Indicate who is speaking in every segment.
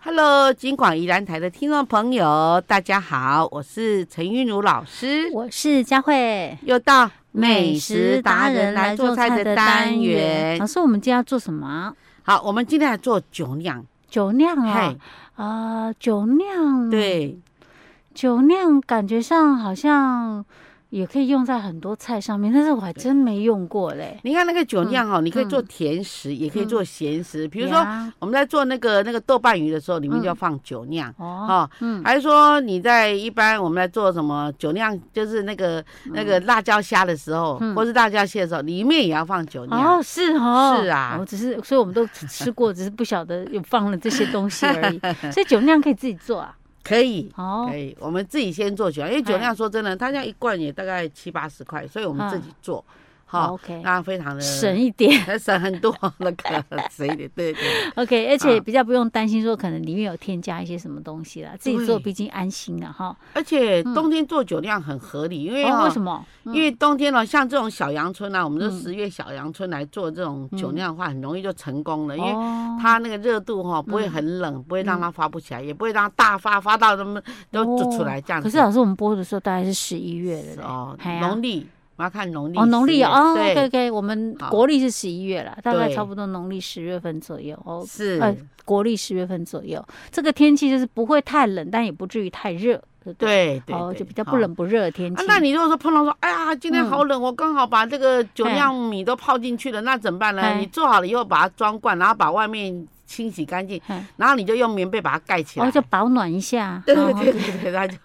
Speaker 1: Hello，金广宜兰台的听众朋友，大家好，我是陈韵如老师，
Speaker 2: 我是佳慧，
Speaker 1: 又到
Speaker 2: 老。师，我们今天要做什么啊？
Speaker 1: 好，我们今天来做酒酿，
Speaker 2: 酒酿啊
Speaker 1: 嘿，，
Speaker 2: 啊，酒酿，，
Speaker 1: 对，
Speaker 2: 酒酿感觉上好像也可以用在很多菜上面，但是我还真没用过嘞。
Speaker 1: 你看那个酒酿哦，你可以
Speaker 2: 嗯
Speaker 1: 做甜食，也可以做咸食，比如说
Speaker 2: 呀
Speaker 1: 我们在做那个那个豆瓣鱼的时候，里面就要
Speaker 2: 嗯
Speaker 1: 放酒酿。
Speaker 2: 哦，
Speaker 1: 哦，
Speaker 2: 嗯，
Speaker 1: 还是说你在一般我们来做什么酒酿，就是那个那个辣椒虾的时候，
Speaker 2: 嗯
Speaker 1: 或是辣椒蟹的时候，里面也要放酒酿。
Speaker 2: 哦，是哦，
Speaker 1: 啊是啊
Speaker 2: 我只是，所以我们都吃过，只是不晓得有放了这些东西 而已。所以酒酿可以自己做啊。
Speaker 1: 可以，
Speaker 2: 哦
Speaker 1: 可，以，我们自己先做酒酿，因为酒
Speaker 2: 哎
Speaker 1: 酿说真的，它这样一罐也大概七八十块，所以我们自己做，
Speaker 2: 好
Speaker 1: 哈，
Speaker 2: 哦，OK，
Speaker 1: 那非常的
Speaker 2: 省，一点
Speaker 1: 省很多，那个省一点，对 对，
Speaker 2: ，OK，而且
Speaker 1: 啊
Speaker 2: 比较不用担心说可能里面有添加一些什么东西啦，自己做
Speaker 1: 对
Speaker 2: 毕竟安心啊哈。
Speaker 1: 而且冬天做酒酿很合理，因为
Speaker 2: 哦，
Speaker 1: 哈
Speaker 2: 为什么？嗯
Speaker 1: 因为冬天呢，像这种小阳春啊，我们说
Speaker 2: 嗯
Speaker 1: 十月小阳春来做这种酒酿的话，很容易就成功了，因为。
Speaker 2: 哦
Speaker 1: 它那个热度哈、不会很冷，不会让它发不起来，也不会让它大发发到什么都
Speaker 2: 哦
Speaker 1: 出来这样子。
Speaker 2: 可是老师，我们播的时候大概是十一月了嘞
Speaker 1: 哦
Speaker 2: 嘿，啊
Speaker 1: 农历我要看农历
Speaker 2: 哦，农
Speaker 1: 十
Speaker 2: 历
Speaker 1: 月
Speaker 2: 哦
Speaker 1: 对
Speaker 2: ，OK OK，我们
Speaker 1: 好
Speaker 2: 国历是十一月了，大概
Speaker 1: 对
Speaker 2: 差不多农历十月份左右哦。
Speaker 1: 是、
Speaker 2: 呃，国历十月份左右，这个天气就是不会太冷，但也不至于太热，对不对？
Speaker 1: 对对
Speaker 2: 哦，
Speaker 1: 对
Speaker 2: 就比较
Speaker 1: 好
Speaker 2: 不冷不热的天
Speaker 1: 啊
Speaker 2: 气。，
Speaker 1: 那你如果说碰到说，哎呀，今天好冷，我刚好把这个酒
Speaker 2: 哎
Speaker 1: 酿米都泡进去了，那怎么办呢？
Speaker 2: 哎
Speaker 1: 你做好了以后把它装罐，然后把外面清洗干净
Speaker 2: 哎，
Speaker 1: 然后你就用棉被把它盖起来。
Speaker 2: 哦，就保暖一下。
Speaker 1: 对
Speaker 2: 哦
Speaker 1: 对对对对，它就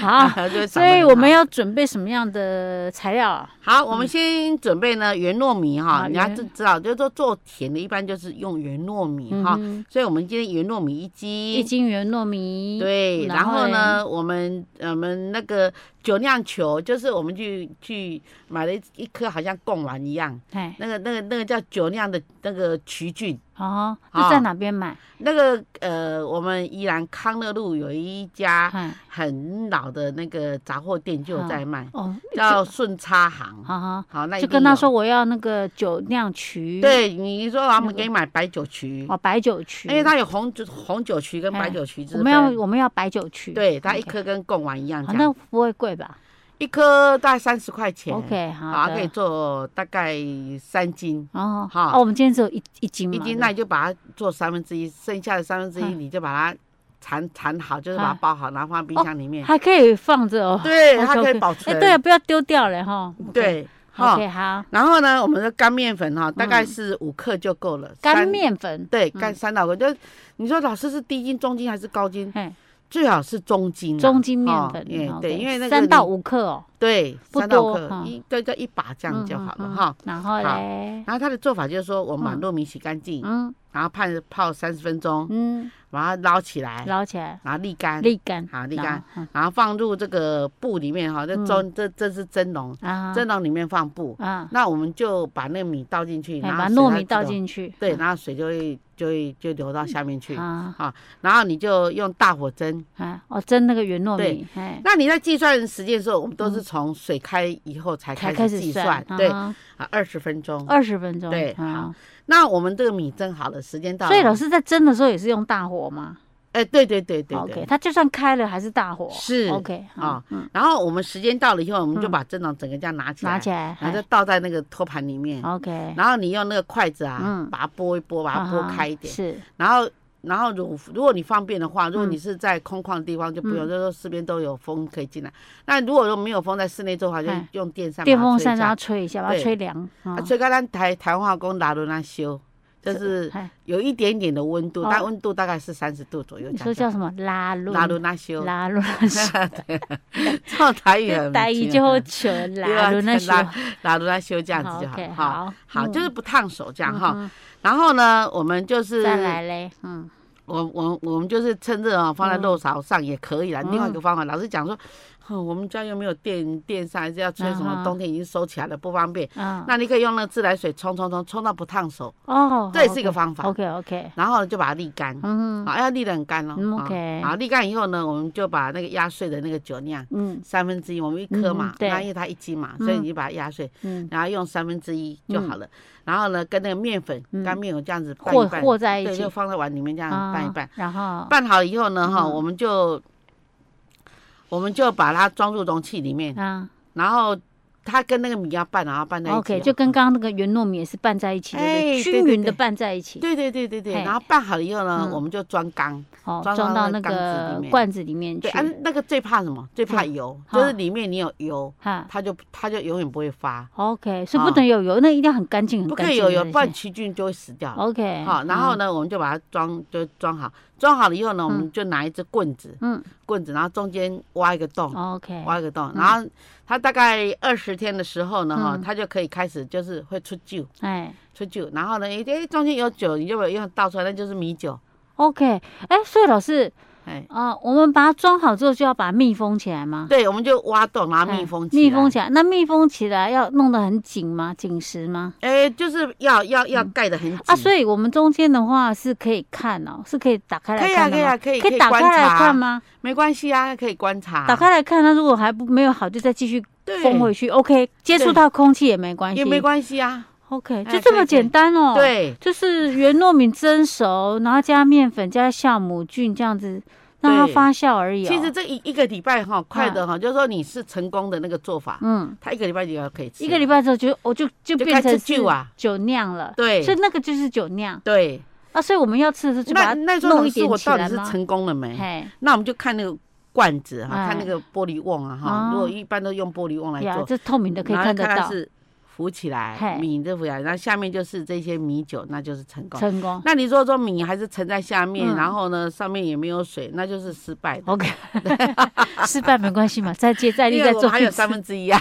Speaker 2: 好，
Speaker 1: 就会长
Speaker 2: 所
Speaker 1: 得
Speaker 2: 以
Speaker 1: 很
Speaker 2: 我们
Speaker 1: 好
Speaker 2: 要准备什么样的材料啊？
Speaker 1: 好，我们先准备呢圆糯米哈，
Speaker 2: 好
Speaker 1: 你要
Speaker 2: 圆
Speaker 1: 知知道，就是说做甜的，一般就是用圆糯米
Speaker 2: 嗯
Speaker 1: 哈。
Speaker 2: 哼，
Speaker 1: 所以我们今天圆糯米一斤，
Speaker 2: 一斤圆糯米。
Speaker 1: 对，
Speaker 2: 然
Speaker 1: 然
Speaker 2: 后
Speaker 1: 后呢，我们呃我们那个酒酿球，就是我们去去买了一一颗，好像贡丸一样，
Speaker 2: 哎，
Speaker 1: 那个那个那个叫酒酿的那个曲菌，
Speaker 2: 哦，
Speaker 1: 好
Speaker 2: 那在哪边买？
Speaker 1: 那个呃，我们宜兰康乐路有一家
Speaker 2: 哎，
Speaker 1: 很老的那个杂货店就有在卖，
Speaker 2: 哦，
Speaker 1: 叫顺差行。
Speaker 2: 好好，
Speaker 1: 好，那一
Speaker 2: 就
Speaker 1: 定
Speaker 2: 跟他
Speaker 1: 有
Speaker 2: 说，我要那个酒酿曲，，
Speaker 1: 对，你说啊我
Speaker 2: 那
Speaker 1: 们
Speaker 2: 个
Speaker 1: 给你买白酒曲，
Speaker 2: 嗯哦，白酒曲，
Speaker 1: 因为它有红酒红酒曲跟白
Speaker 2: 哎
Speaker 1: 酒曲之
Speaker 2: 我
Speaker 1: 分
Speaker 2: 们，要我们要白酒曲，
Speaker 1: 对，它一
Speaker 2: OK
Speaker 1: 颗跟贡丸一样
Speaker 2: 好，
Speaker 1: 这
Speaker 2: 那
Speaker 1: 样，
Speaker 2: 不会贵吧
Speaker 1: 一颗大概三十块钱。
Speaker 2: ？OK，好
Speaker 1: 啊，可以
Speaker 2: 的，
Speaker 1: 做大概三斤，
Speaker 2: 哦，
Speaker 1: 好
Speaker 2: 哦，我们今天只有一一斤嘛，
Speaker 1: 一斤
Speaker 2: 对
Speaker 1: 那你就把它做三分之一，剩下的三分之一
Speaker 2: 嗯
Speaker 1: 你就把它缠缠好，就是把它
Speaker 2: 啊
Speaker 1: 包好，然后放冰箱里面，
Speaker 2: 还可以放着哦，
Speaker 1: 对，
Speaker 2: OK，
Speaker 1: 它可以
Speaker 2: OK
Speaker 1: 保
Speaker 2: 哎，
Speaker 1: 存，
Speaker 2: 对啊，不要丢掉了哈，
Speaker 1: 对，哈
Speaker 2: ，OK，。好，
Speaker 1: 然后呢，我们的干面粉哈，大概
Speaker 2: 嗯
Speaker 1: 是五克就够了，
Speaker 2: 干
Speaker 1: 三
Speaker 2: 面粉，
Speaker 1: 对
Speaker 2: 嗯
Speaker 1: 干三到五克，就你说老师是低筋、中筋还是高筋？
Speaker 2: 哎，
Speaker 1: 最好是中筋啊，
Speaker 2: 中筋面
Speaker 1: 哦
Speaker 2: 粉
Speaker 1: 哎，对，
Speaker 2: OK，
Speaker 1: 因为那个
Speaker 2: 三到
Speaker 1: 你
Speaker 2: 五克哦，
Speaker 1: 对
Speaker 2: 不
Speaker 1: 三到五
Speaker 2: 多
Speaker 1: 克
Speaker 2: 哈
Speaker 1: 一对对一把这样就好了
Speaker 2: 嗯
Speaker 1: 哈。，
Speaker 2: 然后
Speaker 1: 好
Speaker 2: 嘞，
Speaker 1: 然后他的做法就是说，我们把
Speaker 2: 嗯
Speaker 1: 糯米洗干净，
Speaker 2: 嗯
Speaker 1: 然后泡泡三十分钟，
Speaker 2: 嗯，
Speaker 1: 把它捞起来，
Speaker 2: 捞起来，
Speaker 1: 然后沥干，
Speaker 2: 沥干，
Speaker 1: 好沥
Speaker 2: 然
Speaker 1: 干
Speaker 2: 后，嗯
Speaker 1: 然后放入这个布里面哈，这
Speaker 2: 嗯
Speaker 1: 蒸这这是蒸笼，
Speaker 2: 啊
Speaker 1: 蒸笼里面放布，
Speaker 2: 啊，
Speaker 1: 那我们就把那个米倒进去，
Speaker 2: 哎，
Speaker 1: 然后
Speaker 2: 把
Speaker 1: 水
Speaker 2: 糯
Speaker 1: 它
Speaker 2: 米
Speaker 1: 自
Speaker 2: 倒
Speaker 1: 动，
Speaker 2: 进去，
Speaker 1: 对，
Speaker 2: 嗯
Speaker 1: 然后水就会就会就流到下面去，
Speaker 2: 啊。
Speaker 1: 然后你就用大火蒸。
Speaker 2: 哎，哦，蒸那个圆糯
Speaker 1: 对
Speaker 2: 米，哎，
Speaker 1: 那你在计算时间的时候，我们都是从水开以后才
Speaker 2: 才
Speaker 1: 开
Speaker 2: 开
Speaker 1: 始
Speaker 2: 始
Speaker 1: 计
Speaker 2: 算
Speaker 1: 算，，对，
Speaker 2: 啊
Speaker 1: 啊，二十分钟
Speaker 2: 哈，。二十分钟，
Speaker 1: 对
Speaker 2: 啊，
Speaker 1: 那我们这个米蒸好了，时间到了，
Speaker 2: 所以老师在蒸的时候也是用大火嘛
Speaker 1: 哎，对对对对对
Speaker 2: ，OK，，它就算开了还是大火，
Speaker 1: 是
Speaker 2: ，OK，
Speaker 1: 啊
Speaker 2: 啊，嗯，
Speaker 1: 然后我们时间到了以后，我们就
Speaker 2: 嗯
Speaker 1: 把蒸笼整个这样拿起来，
Speaker 2: 拿起来，
Speaker 1: 然后
Speaker 2: 哎
Speaker 1: 就倒在那个托盘里面，
Speaker 2: ，OK，
Speaker 1: 然后你用那个筷子啊，
Speaker 2: 嗯
Speaker 1: 把它拨一拨，把它拨开一点，
Speaker 2: 是，
Speaker 1: 然后。然后如如果你方便的话，如果
Speaker 2: 嗯
Speaker 1: 你是在空旷的地方，就不用，
Speaker 2: 嗯
Speaker 1: 就是说四边都有风可以进来。那如果说没有风在室内做的话，就
Speaker 2: 哎
Speaker 1: 用电扇把它
Speaker 2: 电风
Speaker 1: 吹一
Speaker 2: 扇
Speaker 1: 下
Speaker 2: 让它吹一下，把它
Speaker 1: 对
Speaker 2: 吹凉，啊
Speaker 1: 啊，吹到咱台台湾话讲拿轮来修，就是
Speaker 2: 哎
Speaker 1: 有一点点的温度，
Speaker 2: 哦
Speaker 1: 但温度大概是三十度左右
Speaker 2: 你
Speaker 1: 这样
Speaker 2: 说
Speaker 1: 就
Speaker 2: 叫
Speaker 1: 好。
Speaker 2: 什么拉路？
Speaker 1: 拿轮啊来 修，
Speaker 2: 拉路 那是，
Speaker 1: 这种台语很啊
Speaker 2: 大一就好求拉路那是，
Speaker 1: 拿轮来修这样子就好
Speaker 2: ，OK，
Speaker 1: 了哈。
Speaker 2: 好，
Speaker 1: 好，
Speaker 2: 嗯
Speaker 1: 就是不烫手这样，哈。
Speaker 2: 嗯
Speaker 1: 然后呢，我们就是
Speaker 2: 哼再来嘞，嗯，
Speaker 1: 我我我们就是趁热啊，放在漏勺上也可以啦。
Speaker 2: 嗯
Speaker 1: 另外一个方法，老师讲说，哼，我们家又没有电电扇，还是要吹什
Speaker 2: 啊
Speaker 1: 么，
Speaker 2: 哈
Speaker 1: 冬天已经收起来了，不方便。
Speaker 2: 啊，
Speaker 1: 那你可以用那个自来水冲冲冲，冲到不烫手，
Speaker 2: 哦，
Speaker 1: 这也是一个方法。
Speaker 2: ，OK，OK，
Speaker 1: 然后就把它沥干，
Speaker 2: 嗯哼
Speaker 1: 啊，要沥得很干哦。
Speaker 2: 嗯
Speaker 1: 啊
Speaker 2: OK
Speaker 1: 好，沥干以后呢，我们就把那个压碎的那个酒酿
Speaker 2: 嗯
Speaker 1: 三分之一，我们一颗嘛
Speaker 2: 嗯，对
Speaker 1: 那因为它一斤嘛，所以
Speaker 2: 嗯
Speaker 1: 你就把它压碎，
Speaker 2: 嗯
Speaker 1: 然后用三分之一就好了。然后呢跟那个面粉、
Speaker 2: 嗯
Speaker 1: 干面粉这样子拌
Speaker 2: 和
Speaker 1: 一拌，
Speaker 2: 和在一
Speaker 1: 对，
Speaker 2: 起
Speaker 1: 就放在碗里面这样
Speaker 2: 啊
Speaker 1: 拌一拌。
Speaker 2: 然后
Speaker 1: 拌好以后呢，哈，
Speaker 2: 嗯
Speaker 1: 我们就我们就把它装入容器里面，
Speaker 2: 啊
Speaker 1: 然后它跟那个米要拌，然后拌在一起哦。
Speaker 2: ，OK，就跟刚刚那个圆糯米也是拌在一起的，
Speaker 1: 哎对
Speaker 2: 对均
Speaker 1: 对
Speaker 2: 匀的
Speaker 1: 对
Speaker 2: 拌在一起，
Speaker 1: 对对对对对，
Speaker 2: 嘿
Speaker 1: 然后拌好以后呢，
Speaker 2: 嗯
Speaker 1: 我们就装缸。
Speaker 2: 哦，
Speaker 1: 装到
Speaker 2: 装到
Speaker 1: 那
Speaker 2: 那
Speaker 1: 个缸子
Speaker 2: 个
Speaker 1: 里面
Speaker 2: 罐子里面去
Speaker 1: 对，，啊，那个最怕什么？最怕油，
Speaker 2: 嗯
Speaker 1: 就是里面你有油，
Speaker 2: 哈
Speaker 1: 它就它就永远不会发，
Speaker 2: ，OK，所以
Speaker 1: 啊
Speaker 2: 不能有油，那一定要很干净，很
Speaker 1: 不
Speaker 2: 干
Speaker 1: 可以
Speaker 2: 净
Speaker 1: 有
Speaker 2: 的
Speaker 1: 油，
Speaker 2: 那
Speaker 1: 不然
Speaker 2: 些
Speaker 1: 曲菌就会死掉。
Speaker 2: ，OK，
Speaker 1: 好，然后
Speaker 2: 嗯，
Speaker 1: 呢，我们就把它装，就装好。装好了以后呢，我们就拿一支棍子，
Speaker 2: 嗯
Speaker 1: 棍子，然后中间挖一个洞，
Speaker 2: ，OK，
Speaker 1: 挖一个洞
Speaker 2: 嗯，
Speaker 1: 然后它大概二十天的时候呢，哈
Speaker 2: 嗯，
Speaker 1: 它就可以开始就是会出酒，
Speaker 2: 哎。
Speaker 1: 出酒。然后呢，哎，诶中间有酒，你就把用倒出来，那就是米酒。
Speaker 2: OK，哎，所以老师，
Speaker 1: 哎，
Speaker 2: 呃，我们把它装好之后就要把它密封起来吗？
Speaker 1: 对，我们就挖洞，然后密
Speaker 2: 哎
Speaker 1: 封起来。
Speaker 2: 密封起来，那密封起来要弄得很紧吗？紧实吗？
Speaker 1: 哎，就是要要要盖得很紧
Speaker 2: 啊，所以我们中间的话是可以看哦，是可以打开来
Speaker 1: 可以
Speaker 2: 看
Speaker 1: 啊，
Speaker 2: 的
Speaker 1: 可以啊，
Speaker 2: 吗？
Speaker 1: 可以
Speaker 2: 可以打
Speaker 1: 观
Speaker 2: 开来看
Speaker 1: 察，
Speaker 2: 吗？
Speaker 1: 没关系啊，可以观察。
Speaker 2: 打开来看，它如果还不没有好，就再继续
Speaker 1: 对，
Speaker 2: 封回去。OK，接触
Speaker 1: 对
Speaker 2: 到空气也没关系，
Speaker 1: 也没关系啊。哎
Speaker 2: OK，就这
Speaker 1: 可
Speaker 2: 么
Speaker 1: 以
Speaker 2: 简单哦。，
Speaker 1: 对，
Speaker 2: 就是原糯米蒸熟，然后加面粉、加酵母菌这样子让它
Speaker 1: 对
Speaker 2: 发酵而已哦。
Speaker 1: 其实这一一个礼拜哈，快的哈，就是说你是成功的那个做法，
Speaker 2: 嗯。
Speaker 1: 它一个礼拜就要可以吃。
Speaker 2: 一个礼拜之后就我就就
Speaker 1: 就
Speaker 2: 变
Speaker 1: 开
Speaker 2: 成
Speaker 1: 始
Speaker 2: 是
Speaker 1: 酒啊
Speaker 2: 酒酿了，
Speaker 1: 对
Speaker 2: 所以那个就是酒酿
Speaker 1: 对，
Speaker 2: 啊，所以我们要吃的时候就把
Speaker 1: 那
Speaker 2: 它
Speaker 1: 那时候
Speaker 2: 弄
Speaker 1: 老
Speaker 2: 一
Speaker 1: 师
Speaker 2: 点
Speaker 1: 我
Speaker 2: 起
Speaker 1: 到底
Speaker 2: 来
Speaker 1: 是
Speaker 2: 吗？
Speaker 1: 成功了没？
Speaker 2: 嘿，
Speaker 1: 那我们就看那个罐子哈，
Speaker 2: 哎
Speaker 1: 看那个玻璃瓮啊
Speaker 2: 哦
Speaker 1: 哈。如果一般都用玻璃瓮来
Speaker 2: 呀，
Speaker 1: 做，
Speaker 2: 这透明的可以
Speaker 1: 然后
Speaker 2: 看得
Speaker 1: 它
Speaker 2: 到，
Speaker 1: 是浮起
Speaker 2: 嘿
Speaker 1: 来，米就浮起来，然后下面就是这些米酒，那就是成功。
Speaker 2: 成功。
Speaker 1: 那你如果说米还是沉在下面，
Speaker 2: 嗯
Speaker 1: 然后呢上面也没有水，那就是失败的。
Speaker 2: OK，失败没关系嘛，再接再厉
Speaker 1: 因
Speaker 2: 再
Speaker 1: 为我
Speaker 2: 做
Speaker 1: 们还
Speaker 2: 一
Speaker 1: 有
Speaker 2: 次
Speaker 1: 三。分之一啊，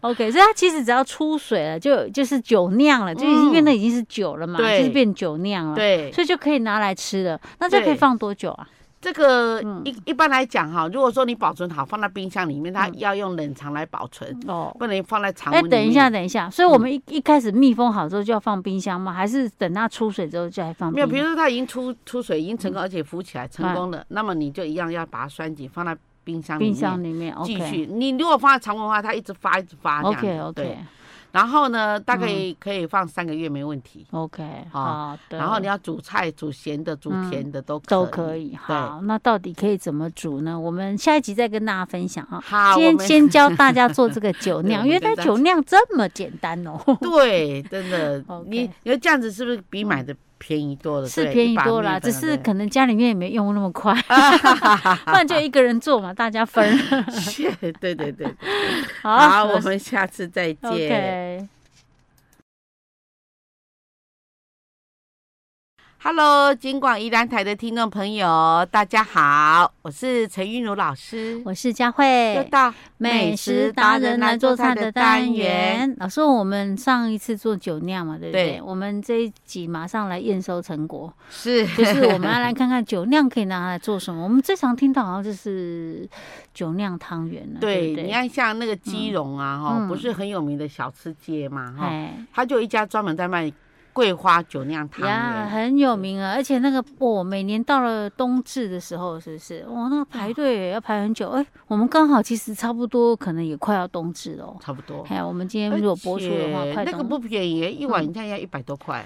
Speaker 2: OK，所以它其实只要出水了，就就是酒酿了，就是因为
Speaker 1: 嗯
Speaker 2: 那已经是酒了嘛，
Speaker 1: 对
Speaker 2: 就是变酒酿了，，
Speaker 1: 对，
Speaker 2: 所以就可以拿来吃了。那这可以
Speaker 1: 对
Speaker 2: 放多久啊？
Speaker 1: 这个
Speaker 2: 嗯
Speaker 1: 一一般来讲哈，如果说你保存好，放到冰箱里面，它
Speaker 2: 嗯
Speaker 1: 要用冷藏来保存，
Speaker 2: 哦，
Speaker 1: 不能放在常
Speaker 2: 哎，
Speaker 1: 温里面。嗯
Speaker 2: 等一下，，等一下，所以我们一一开始密封好之后就要放冰箱吗？还是等它出水之后再放
Speaker 1: 没
Speaker 2: 冰
Speaker 1: 有，
Speaker 2: 箱？
Speaker 1: 比如说它已经出出水，已经
Speaker 2: 嗯
Speaker 1: 成功，而且浮起来成功了，那么你就一样要把它拴紧，放在冰箱里
Speaker 2: 冰箱
Speaker 1: 面。
Speaker 2: 里面
Speaker 1: 继
Speaker 2: ，OK。
Speaker 1: 续，你如果放在常温的话，它一直发一直发这样子
Speaker 2: OK 嗯
Speaker 1: 对
Speaker 2: OK
Speaker 1: 然后呢，大概可以放三个月没问题。
Speaker 2: OK，
Speaker 1: 好
Speaker 2: 好的。
Speaker 1: 然后你要煮菜、煮咸的、煮甜的都
Speaker 2: 嗯都
Speaker 1: 可
Speaker 2: 可
Speaker 1: 以。
Speaker 2: 以。好，那到底可以怎么煮呢？我们下一集再跟大家分享啊。
Speaker 1: 好，
Speaker 2: 今
Speaker 1: 我
Speaker 2: 天
Speaker 1: 们
Speaker 2: 先教大家做这个酒
Speaker 1: 对
Speaker 2: 酿，
Speaker 1: 我
Speaker 2: 因
Speaker 1: 们
Speaker 2: 为
Speaker 1: 跟
Speaker 2: 它
Speaker 1: 大家
Speaker 2: 酒酿这么简单哦。
Speaker 1: 对，真的
Speaker 2: OK，
Speaker 1: 你你说这样子是不是比买的便宜多了？
Speaker 2: 是
Speaker 1: 对
Speaker 2: 便宜
Speaker 1: 一把
Speaker 2: 多
Speaker 1: 面
Speaker 2: 啦，
Speaker 1: 粉
Speaker 2: 只
Speaker 1: 啊
Speaker 2: 是
Speaker 1: 对
Speaker 2: 可能家里面也没用那么 快，不然就一个人做嘛，大家分。
Speaker 1: 是， 对对对，
Speaker 2: 好，啊
Speaker 1: 好， 我们下次再见。
Speaker 2: OK。
Speaker 1: Hello，金广宜兰台的听众朋友，大家好，我是陈韵如老师，
Speaker 2: 我是佳
Speaker 1: 又
Speaker 2: 慧，
Speaker 1: 到
Speaker 2: 美食达人来做菜的单元。老师，我们上一次做酒酿嘛，对不对？
Speaker 1: 对
Speaker 2: 我们这一集马上来验收成果。
Speaker 1: 是
Speaker 2: 就是我们要来看看酒酿可以拿来做什么。我们最常听到好像就是酒酿汤圆了，对
Speaker 1: 对，
Speaker 2: 不对？
Speaker 1: 你看像那个基隆啊，哈、
Speaker 2: 嗯
Speaker 1: 不是很有名的小吃街嘛，哈、
Speaker 2: 哎
Speaker 1: 它就有一家专门在卖桂花酒酿哦汤
Speaker 2: 呀，
Speaker 1: 圆。
Speaker 2: 很有名啊！而且那个哦，每年到了冬至的时候，是不是？哇，那个排队要排很久。哎，我们刚好其实差不多，可能也快要冬至了哦。
Speaker 1: 差不多，
Speaker 2: 哎，我们今天
Speaker 1: 而
Speaker 2: 如果播出的话，
Speaker 1: 且
Speaker 2: 快嗯
Speaker 1: 那个
Speaker 2: 冬
Speaker 1: 不便宜，一碗你看要一百多块。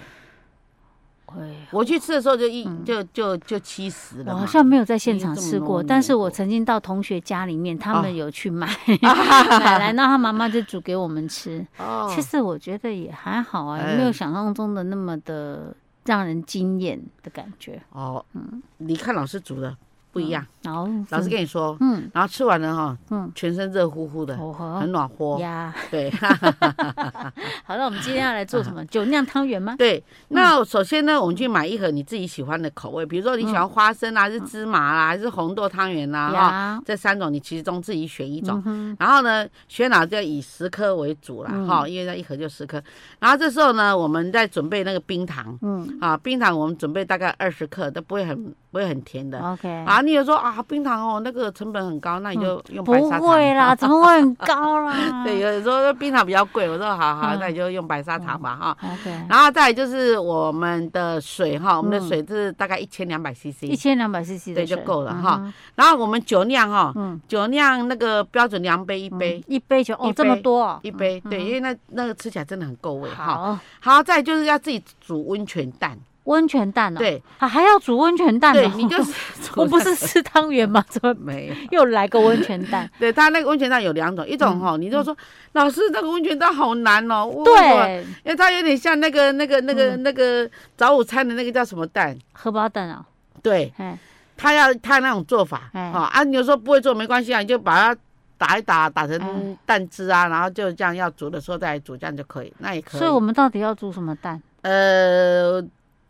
Speaker 2: 哎
Speaker 1: 我去吃的时候就一、就就就七十
Speaker 2: 我
Speaker 1: 了嘛
Speaker 2: 嗯好像没有在现场
Speaker 1: 这么
Speaker 2: 吃过，
Speaker 1: 浓
Speaker 2: 但是
Speaker 1: 浓
Speaker 2: 我
Speaker 1: 过
Speaker 2: 曾经到同学家里面，他
Speaker 1: 啊
Speaker 2: 们有去买， 买来，那他妈妈就煮给我们吃。
Speaker 1: 哦
Speaker 2: 其实我觉得也还好啊，
Speaker 1: 哎
Speaker 2: 没有想象中的那么的让人惊艳的感觉。
Speaker 1: 哦，
Speaker 2: 嗯
Speaker 1: 你看老师煮的不一样，
Speaker 2: 然后
Speaker 1: 老师跟你说，
Speaker 2: 嗯，
Speaker 1: 然后吃完了哈，
Speaker 2: 嗯
Speaker 1: 全身热乎乎的，
Speaker 2: 哦
Speaker 1: 很
Speaker 2: 呵
Speaker 1: 暖和，
Speaker 2: 呀，
Speaker 1: 对
Speaker 2: 好，那我们今天要来做什么？酒酿汤圆吗？
Speaker 1: 嗯对。那首先呢，我们去买一盒你自己喜欢的口味，比如说你喜欢花生啊，还是芝麻啦，还是红豆汤圆啦，哈，
Speaker 2: 嗯呀，
Speaker 1: 这三种你其中自己选一种
Speaker 2: 嗯。哼，
Speaker 1: 然后呢，选好就要以十颗为主啦，哈、因为那一盒就十颗。然后这时候呢，我们再准备那个冰糖
Speaker 2: 嗯
Speaker 1: 啊，冰糖我们准备大概二十克，都不会很不会很甜的。
Speaker 2: ，OK，
Speaker 1: 啊，你有说啊，冰糖哦，那个成本很高，那你就用白
Speaker 2: 嗯不
Speaker 1: 砂糖。啊
Speaker 2: 会啦，怎么会很高啊啦？
Speaker 1: 对，有人说冰糖比较贵，我说好好，
Speaker 2: 嗯
Speaker 1: 那你就用白砂糖吧哈。
Speaker 2: ，OK，
Speaker 1: 然后再来就是我们的水哈，我们的
Speaker 2: 嗯
Speaker 1: 水是大概一千两百 CC，
Speaker 2: 一千两百 CC 的
Speaker 1: 对就
Speaker 2: 水
Speaker 1: 够了
Speaker 2: 嗯
Speaker 1: 哈
Speaker 2: 哼
Speaker 1: 然后我们酒酿哈，
Speaker 2: 嗯
Speaker 1: 酒酿那个标准量杯一
Speaker 2: 嗯
Speaker 1: 杯。
Speaker 2: 一杯酒
Speaker 1: 一
Speaker 2: 哦，这么
Speaker 1: 杯
Speaker 2: 多哦
Speaker 1: 一杯，
Speaker 2: 嗯
Speaker 1: 对，
Speaker 2: 嗯
Speaker 1: 因为那那个吃起来真的很够味哈。
Speaker 2: 好，
Speaker 1: 好，再来就是要自己煮温泉蛋，
Speaker 2: 温泉蛋哦，
Speaker 1: 对
Speaker 2: 啊，还要煮温泉蛋
Speaker 1: 对
Speaker 2: 哦，，
Speaker 1: 你就是煮
Speaker 2: 我不是
Speaker 1: 那
Speaker 2: 吃汤 圆吗？怎么
Speaker 1: 个没有，
Speaker 2: 又来个温泉 蛋？
Speaker 1: 对它那个温泉蛋有两种，一种哈，你就说老师那个温泉蛋好难哦，我，
Speaker 2: 嗯对，
Speaker 1: 因为它有点像那个那个那
Speaker 2: 嗯
Speaker 1: 个那个早午餐的那个叫什么蛋，
Speaker 2: 荷包蛋哦，
Speaker 1: 对，
Speaker 2: 哎，
Speaker 1: 他要他那种做法，
Speaker 2: 哎
Speaker 1: 哦啊，你有时候不会做没关系啊，你就把它打一打，打成
Speaker 2: 哎
Speaker 1: 蛋汁啊，然后就这样要煮的时候再来煮，这样就可以，那也可以。
Speaker 2: 所以我们到底要煮什么蛋？
Speaker 1: 呃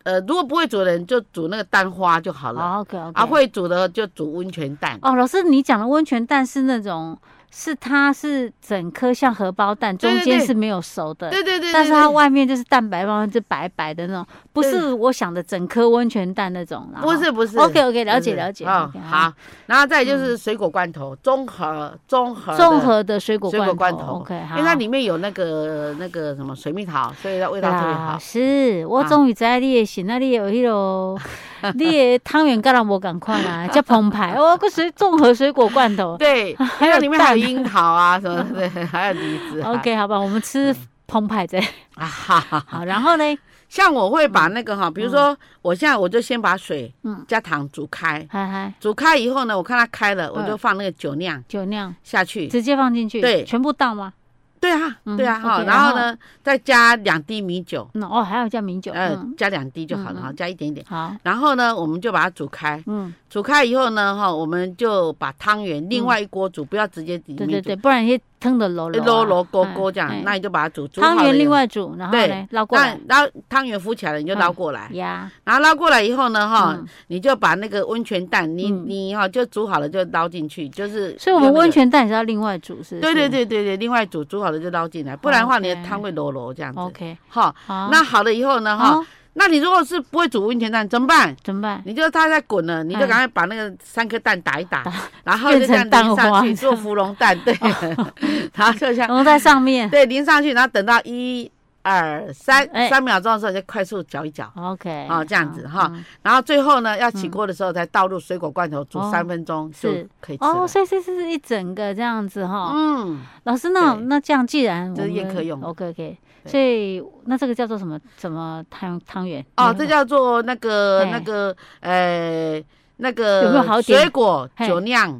Speaker 1: 呃，如果不会煮的人就煮那个蛋花就好了，
Speaker 2: 好，OK 哦 OK，
Speaker 1: 啊，会煮的就煮温泉蛋。
Speaker 2: 哦，老师，你讲的温泉蛋是那种，是它是整颗像荷包蛋，
Speaker 1: 对
Speaker 2: 中
Speaker 1: 对
Speaker 2: 间
Speaker 1: 对
Speaker 2: 是没有熟的，
Speaker 1: 对对对，
Speaker 2: 但是
Speaker 1: 对
Speaker 2: 它
Speaker 1: 对
Speaker 2: 外面就是蛋白，包就白白的那种，不
Speaker 1: 对
Speaker 2: 是我想的整颗温泉蛋那种啦。
Speaker 1: 不是不是
Speaker 2: OK OK，了哦解
Speaker 1: 不是
Speaker 2: 了解。
Speaker 1: 哦
Speaker 2: OK，，嗯
Speaker 1: 好，然后再就是水果罐头，综合综合的
Speaker 2: 综，合的水果
Speaker 1: 水果罐头
Speaker 2: OK，好。
Speaker 1: 因为它里面有那个那个什么水蜜桃，所以它味道特别好
Speaker 2: 老。师，我
Speaker 1: 啊
Speaker 2: 终于知道你的心啊，你的迄落， 你的汤圆跟人无共款啊，叫澎湃哦，个水综合水果罐头。
Speaker 1: 对，
Speaker 2: 还
Speaker 1: 还有
Speaker 2: 有
Speaker 1: 里面还有
Speaker 2: 蛋
Speaker 1: 樱桃啊什么 的， 还有梨子啊。
Speaker 2: OK，好吧，我们吃澎湃这
Speaker 1: 啊哈哈，
Speaker 2: 好，然后呢，
Speaker 1: 像我会把那个哈，比如说我现在我就先把水
Speaker 2: 嗯
Speaker 1: 加糖煮开，
Speaker 2: 嗨嗨，
Speaker 1: 煮开以后呢，我看它开了，我
Speaker 2: 嗯
Speaker 1: 就放那个酒酿
Speaker 2: 酒酿
Speaker 1: 下去。
Speaker 2: 直接放进去，
Speaker 1: 对
Speaker 2: 全部倒吗？
Speaker 1: 对啊，
Speaker 2: 嗯
Speaker 1: 对啊哈，
Speaker 2: OK，
Speaker 1: 然后
Speaker 2: 然
Speaker 1: 呢再加两滴米酒，
Speaker 2: 嗯，哦，还要加米酒，
Speaker 1: 呃
Speaker 2: 嗯，，
Speaker 1: 加两滴就好了哈，
Speaker 2: 嗯
Speaker 1: 加一点点。
Speaker 2: 好，
Speaker 1: 然后呢，我们就把它煮开，
Speaker 2: 嗯，
Speaker 1: 煮开以后呢，哈，我们就把汤圆另外一锅煮，不要直接里
Speaker 2: 对
Speaker 1: 面
Speaker 2: 对
Speaker 1: 煮
Speaker 2: 对，，不然一些汤的楼楼
Speaker 1: 揉揉呃勾勾这样，
Speaker 2: 啊哎
Speaker 1: 那你就把它煮煮好
Speaker 2: 汤
Speaker 1: 了以后
Speaker 2: 圆另外煮，然后呢
Speaker 1: 对
Speaker 2: 捞过
Speaker 1: 那
Speaker 2: 来
Speaker 1: 然后汤圆浮起来了，你就捞过来，
Speaker 2: 呀，
Speaker 1: 然后捞过来以后呢，哈、
Speaker 2: 嗯
Speaker 1: 你就把那个温泉蛋，你、
Speaker 2: 嗯
Speaker 1: 你哈就煮好了就捞进去，就是、
Speaker 2: 所以我们温。泉蛋也是要另外煮，是？
Speaker 1: 对对。对对对，另外煮煮好了就捞进来，不然的话你的
Speaker 2: OK
Speaker 1: 汤会裸裸这样子。
Speaker 2: OK，哦
Speaker 1: 哈，
Speaker 2: 好，
Speaker 1: 那好了以后呢，哈，
Speaker 2: 好
Speaker 1: 那你如果是不会煮温泉蛋怎么办？
Speaker 2: 怎么办？
Speaker 1: 你就它在滚了，你就
Speaker 2: 哎
Speaker 1: 赶快把那个三颗蛋打一打，然后就
Speaker 2: 哦变
Speaker 1: 这
Speaker 2: 成
Speaker 1: 样
Speaker 2: 蛋
Speaker 1: 淋上
Speaker 2: 花哦
Speaker 1: 去做芙蓉蛋，对， 然后就像
Speaker 2: 然后在上面。
Speaker 1: 对淋上去，然后等到一二三
Speaker 2: 哎
Speaker 1: 三秒钟的时候就快速搅一搅，
Speaker 2: OK，
Speaker 1: 哦这样子
Speaker 2: 好
Speaker 1: 哈
Speaker 2: 嗯
Speaker 1: 然后最后呢，要起锅的时候再倒入水果罐头煮
Speaker 2: 哦
Speaker 1: 三分钟就是可以吃了
Speaker 2: 哦，。所以这是一整个这样子哈。
Speaker 1: 嗯，
Speaker 2: 老师，那
Speaker 1: 对
Speaker 2: 那这样既然
Speaker 1: 这是宴客用的
Speaker 2: OK OK，
Speaker 1: 对
Speaker 2: 所以那这个叫做什么什么汤汤圆？
Speaker 1: 哦，
Speaker 2: 你
Speaker 1: 这叫做那个
Speaker 2: 哎
Speaker 1: 那个呃那个
Speaker 2: 有没有好点
Speaker 1: 水果
Speaker 2: 嘿
Speaker 1: 酒酿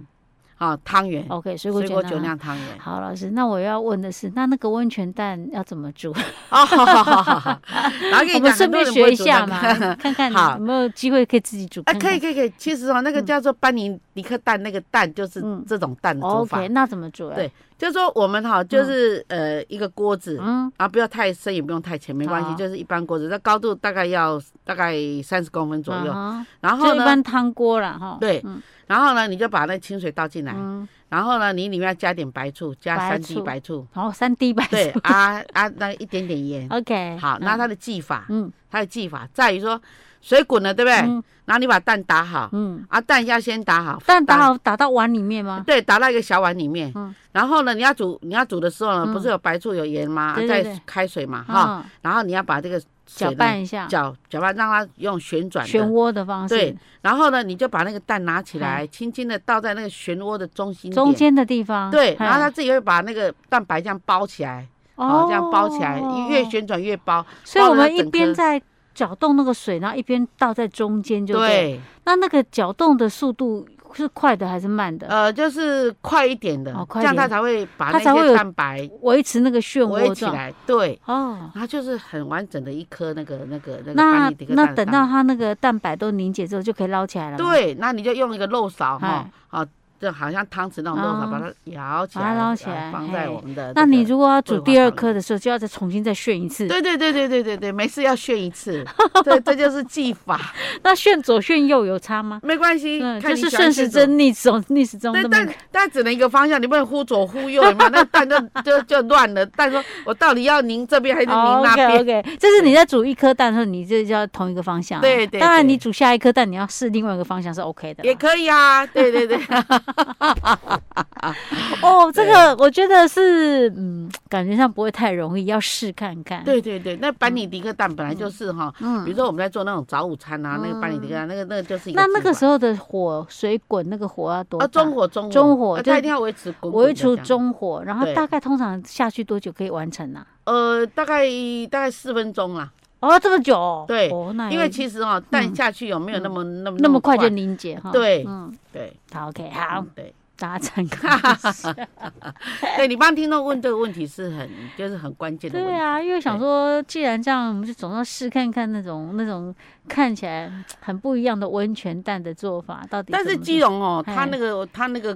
Speaker 1: 啊汤圆，
Speaker 2: OK 水果
Speaker 1: 水果酒
Speaker 2: 啊
Speaker 1: 酿汤圆。
Speaker 2: 好，老师，那我要问的是，那那个温泉蛋要怎么煮？
Speaker 1: 哦，好好好好好，然后跟
Speaker 2: 我
Speaker 1: 你
Speaker 2: 们
Speaker 1: 讲，
Speaker 2: 顺
Speaker 1: 很多
Speaker 2: 便
Speaker 1: 人不
Speaker 2: 学
Speaker 1: 会
Speaker 2: 一
Speaker 1: 煮
Speaker 2: 下
Speaker 1: 那
Speaker 2: 嘛，
Speaker 1: 个。
Speaker 2: 看看
Speaker 1: 好
Speaker 2: 有没有机会可以自己煮
Speaker 1: 啊，
Speaker 2: 看看。
Speaker 1: 可以可以可以，其实哦，那个叫做班尼尼克蛋，那个蛋就是
Speaker 2: 嗯
Speaker 1: 这种蛋的做法
Speaker 2: OK，，那怎么煮呀？啊
Speaker 1: 对就是说我们哈，就是呃一个锅子，
Speaker 2: 哦嗯，哦
Speaker 1: 啊，不要太深，也不用太浅，没关系，
Speaker 2: 好
Speaker 1: 就是一般锅子，那高度大概要大概三十公分左右。
Speaker 2: 右，
Speaker 1: 然
Speaker 2: 嗯就
Speaker 1: 后
Speaker 2: 一
Speaker 1: 呢，
Speaker 2: 般汤锅啦哈。
Speaker 1: 对
Speaker 2: 嗯
Speaker 1: 然后呢，你就把那清水倒进来，
Speaker 2: 嗯，
Speaker 1: 然后呢，你里面要加点白醋，加
Speaker 2: 白
Speaker 1: 三
Speaker 2: 醋
Speaker 1: 滴白 醋，
Speaker 2: 然后三滴白醋。
Speaker 1: 对啊啊，那一点点盐。
Speaker 2: OK，
Speaker 1: 好，
Speaker 2: 嗯
Speaker 1: 那它的技法，
Speaker 2: 嗯
Speaker 1: 它的技法在于说，水滚了，对不对？
Speaker 2: 嗯
Speaker 1: 然后你把蛋打好，
Speaker 2: 嗯，
Speaker 1: 啊，蛋要先打好，
Speaker 2: 蛋打好打到碗里面吗？
Speaker 1: 对，打到一个小碗里面。
Speaker 2: 嗯
Speaker 1: 然后呢，你要煮，你要煮的时候呢，
Speaker 2: 嗯
Speaker 1: 不是有白醋有盐吗？
Speaker 2: 对
Speaker 1: 再
Speaker 2: 对对
Speaker 1: 开水嘛，哈。
Speaker 2: 啊，
Speaker 1: 然后你要把这个水
Speaker 2: 搅
Speaker 1: 呢
Speaker 2: 拌一下，
Speaker 1: 搅搅拌，让它用旋转的
Speaker 2: 漩涡的方式，
Speaker 1: 对，然后呢，你就把那个蛋拿起来，轻轻的倒在那个漩涡的中心点
Speaker 2: 哎中。间的地方，哎
Speaker 1: 对，然后它
Speaker 2: 它
Speaker 1: 自己会把那个蛋白这样包起来，哦，这样包起来，越，旋转越包。
Speaker 2: 所以我
Speaker 1: 包了
Speaker 2: 们
Speaker 1: 它
Speaker 2: 一
Speaker 1: 整
Speaker 2: 边
Speaker 1: 颗
Speaker 2: 在搅动那个水，然后一边倒在中间就了，
Speaker 1: 对，
Speaker 2: 那那个搅动的速度是快的还是慢的？
Speaker 1: 呃，就是快一点的
Speaker 2: 哦，快
Speaker 1: 这
Speaker 2: 一
Speaker 1: 样它
Speaker 2: 点
Speaker 1: 才会把
Speaker 2: 它
Speaker 1: 那
Speaker 2: 才会
Speaker 1: 些
Speaker 2: 有
Speaker 1: 蛋白
Speaker 2: 维持那个漩
Speaker 1: 围
Speaker 2: 涡
Speaker 1: 起
Speaker 2: 状，
Speaker 1: 来。对，
Speaker 2: 哦。
Speaker 1: 它就是很完整的一颗那个那个那个
Speaker 2: 那
Speaker 1: 班尼迪克
Speaker 2: 那
Speaker 1: 蛋的
Speaker 2: 等
Speaker 1: 蛋
Speaker 2: 到它那个蛋白都凝结之后，就可以捞起来了吗。
Speaker 1: 对，那你就用一个漏勺哈
Speaker 2: 哎，
Speaker 1: 啊，就好像汤匙那种弄法，
Speaker 2: 哦
Speaker 1: 把它摇起来，
Speaker 2: 把它捞起
Speaker 1: 然后
Speaker 2: 来
Speaker 1: 放在
Speaker 2: 嘿
Speaker 1: 我们的这个。
Speaker 2: 那你如果要煮
Speaker 1: 桂花
Speaker 2: 第二
Speaker 1: 糖
Speaker 2: 颗的时候，就要再重新再炫一次。
Speaker 1: 对对对对对对对，每次要炫一次，对，这就是技法，
Speaker 2: 那炫左炫右有差吗？
Speaker 1: 没关系，
Speaker 2: 嗯，
Speaker 1: 看
Speaker 2: 就
Speaker 1: 你
Speaker 2: 是
Speaker 1: 喜欢
Speaker 2: 顺
Speaker 1: 吃
Speaker 2: 时
Speaker 1: 什么。
Speaker 2: 针、逆时钟、 逆时钟
Speaker 1: 对，
Speaker 2: 这么
Speaker 1: 但但只能一个方向，你不能忽左忽右，有没有？那蛋就就就乱了。蛋说，我到底要拧这边还是拧那
Speaker 2: 哦 OK
Speaker 1: 边？
Speaker 2: OK，这是你在煮一颗蛋的时候，你这就要同一个方向啊。
Speaker 1: 对对
Speaker 2: 当然，
Speaker 1: 对
Speaker 2: 你煮下一颗蛋，你要试另外一个方向是 OK 的啦。
Speaker 1: 也可以啊，对对对，
Speaker 2: 哦，这个我觉得是，嗯，感觉上不会太容易，要试看看。，
Speaker 1: 对对对。那班尼迪克蛋本来就是哈，比
Speaker 2: 嗯
Speaker 1: 如，说我们在做那种早午餐啊，那个班尼迪克蛋，那个那个就是一个
Speaker 2: 那
Speaker 1: 技
Speaker 2: 那个
Speaker 1: 法
Speaker 2: 时候的火水滚，那个火要多
Speaker 1: 啊，
Speaker 2: 大
Speaker 1: 中火中火
Speaker 2: 中火
Speaker 1: 啊
Speaker 2: 就
Speaker 1: 它一定要维持滚
Speaker 2: 我
Speaker 1: 滚的
Speaker 2: 会
Speaker 1: 这
Speaker 2: 出
Speaker 1: 样。
Speaker 2: 中火，然后
Speaker 1: 对
Speaker 2: 大概通常下去多久可以完成呢、
Speaker 1: 呃，大概大概四分钟啦，
Speaker 2: 哦，这么久哦？
Speaker 1: 对
Speaker 2: 哦，那
Speaker 1: 因
Speaker 2: 有
Speaker 1: 为其实哦，蛋下去有没有那么那么
Speaker 2: 嗯那么快就凝结哈。
Speaker 1: 对
Speaker 2: 嗯，
Speaker 1: 对
Speaker 2: 好，OK，好
Speaker 1: 嗯，对
Speaker 2: 大 家参考一下。
Speaker 1: 对，你帮听众问这个问题是很就是很关键的问
Speaker 2: 对
Speaker 1: 题。
Speaker 2: 啊，因为想说，既然这样，我们就总要试看看那种那种看起来很不一样的温泉蛋的做法到底怎
Speaker 1: 但
Speaker 2: 么做。
Speaker 1: 是基隆哦，
Speaker 2: 嘿
Speaker 1: 它那个它那个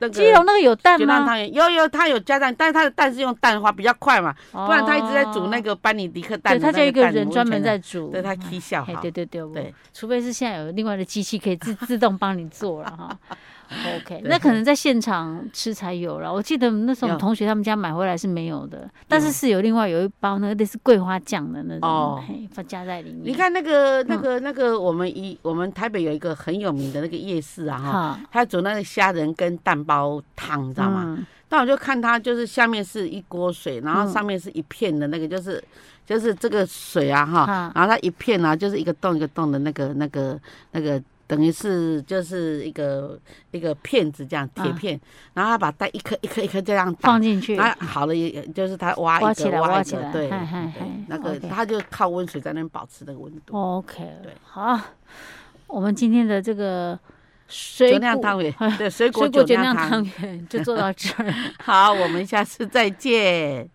Speaker 1: 那个
Speaker 2: 基隆那个有蛋
Speaker 1: 酒酿
Speaker 2: 吗？
Speaker 1: 汤圆有有，它有加蛋，但是它的蛋是用蛋花比较快嘛，
Speaker 2: 不
Speaker 1: 不然它一直在煮那，个班尼迪克蛋
Speaker 2: 哦对，
Speaker 1: 的那
Speaker 2: 他就一
Speaker 1: 个
Speaker 2: 个
Speaker 1: 蛋
Speaker 2: 人
Speaker 1: 我
Speaker 2: 专
Speaker 1: 以前
Speaker 2: 门
Speaker 1: 的
Speaker 2: 在煮。
Speaker 1: 对他
Speaker 2: 哎
Speaker 1: 踢笑
Speaker 2: 嘿
Speaker 1: 哈
Speaker 2: 对。对对，我
Speaker 1: 对
Speaker 2: 除非是现在有另外的机器可以自自动帮你做了哈。OK，
Speaker 1: 对
Speaker 2: 那可能在现场吃才有了。我记得那时候我们
Speaker 1: 有
Speaker 2: 同学他们家买回来是没有的，但是是有另外有一包那个类似桂花酱的那种
Speaker 1: 哦，
Speaker 2: 嘿放加在里面。
Speaker 1: 你看那个
Speaker 2: 嗯
Speaker 1: 那个那个，我们一我们台北有一个很有名的那个夜市啊哈，
Speaker 2: 哈，
Speaker 1: 他煮那个虾仁跟蛋包汤，你知道吗？
Speaker 2: 嗯？
Speaker 1: 那我就看它就是下面是一锅水，然后上面是一片的那个，就是、就是这个水啊哈
Speaker 2: 啊，
Speaker 1: 然后它一片啊，就是一个洞一个洞的那个那个那个，等于是就是一个一个片子这样铁
Speaker 2: 啊
Speaker 1: 片，然后它把蛋一颗一颗一颗这样打
Speaker 2: 放。进去，
Speaker 1: 那好了，也就是它挖
Speaker 2: 挖
Speaker 1: 一
Speaker 2: 起
Speaker 1: 个
Speaker 2: 来
Speaker 1: 挖
Speaker 2: 挖
Speaker 1: 一
Speaker 2: 起
Speaker 1: 个
Speaker 2: 来，
Speaker 1: 对，
Speaker 2: 嗨嗨
Speaker 1: 对
Speaker 2: 嗨
Speaker 1: 那个
Speaker 2: OK
Speaker 1: 它就靠温水在那边保持那个温度。
Speaker 2: OK，
Speaker 1: 对
Speaker 2: 好，我们今天的这个水
Speaker 1: 酒
Speaker 2: 果，
Speaker 1: 酿汤圆对，水果
Speaker 2: 水
Speaker 1: 酒
Speaker 2: 果酒
Speaker 1: 酿
Speaker 2: 酿
Speaker 1: 汤
Speaker 2: 汤。圆就做到这儿。
Speaker 1: 好，我们下次再见。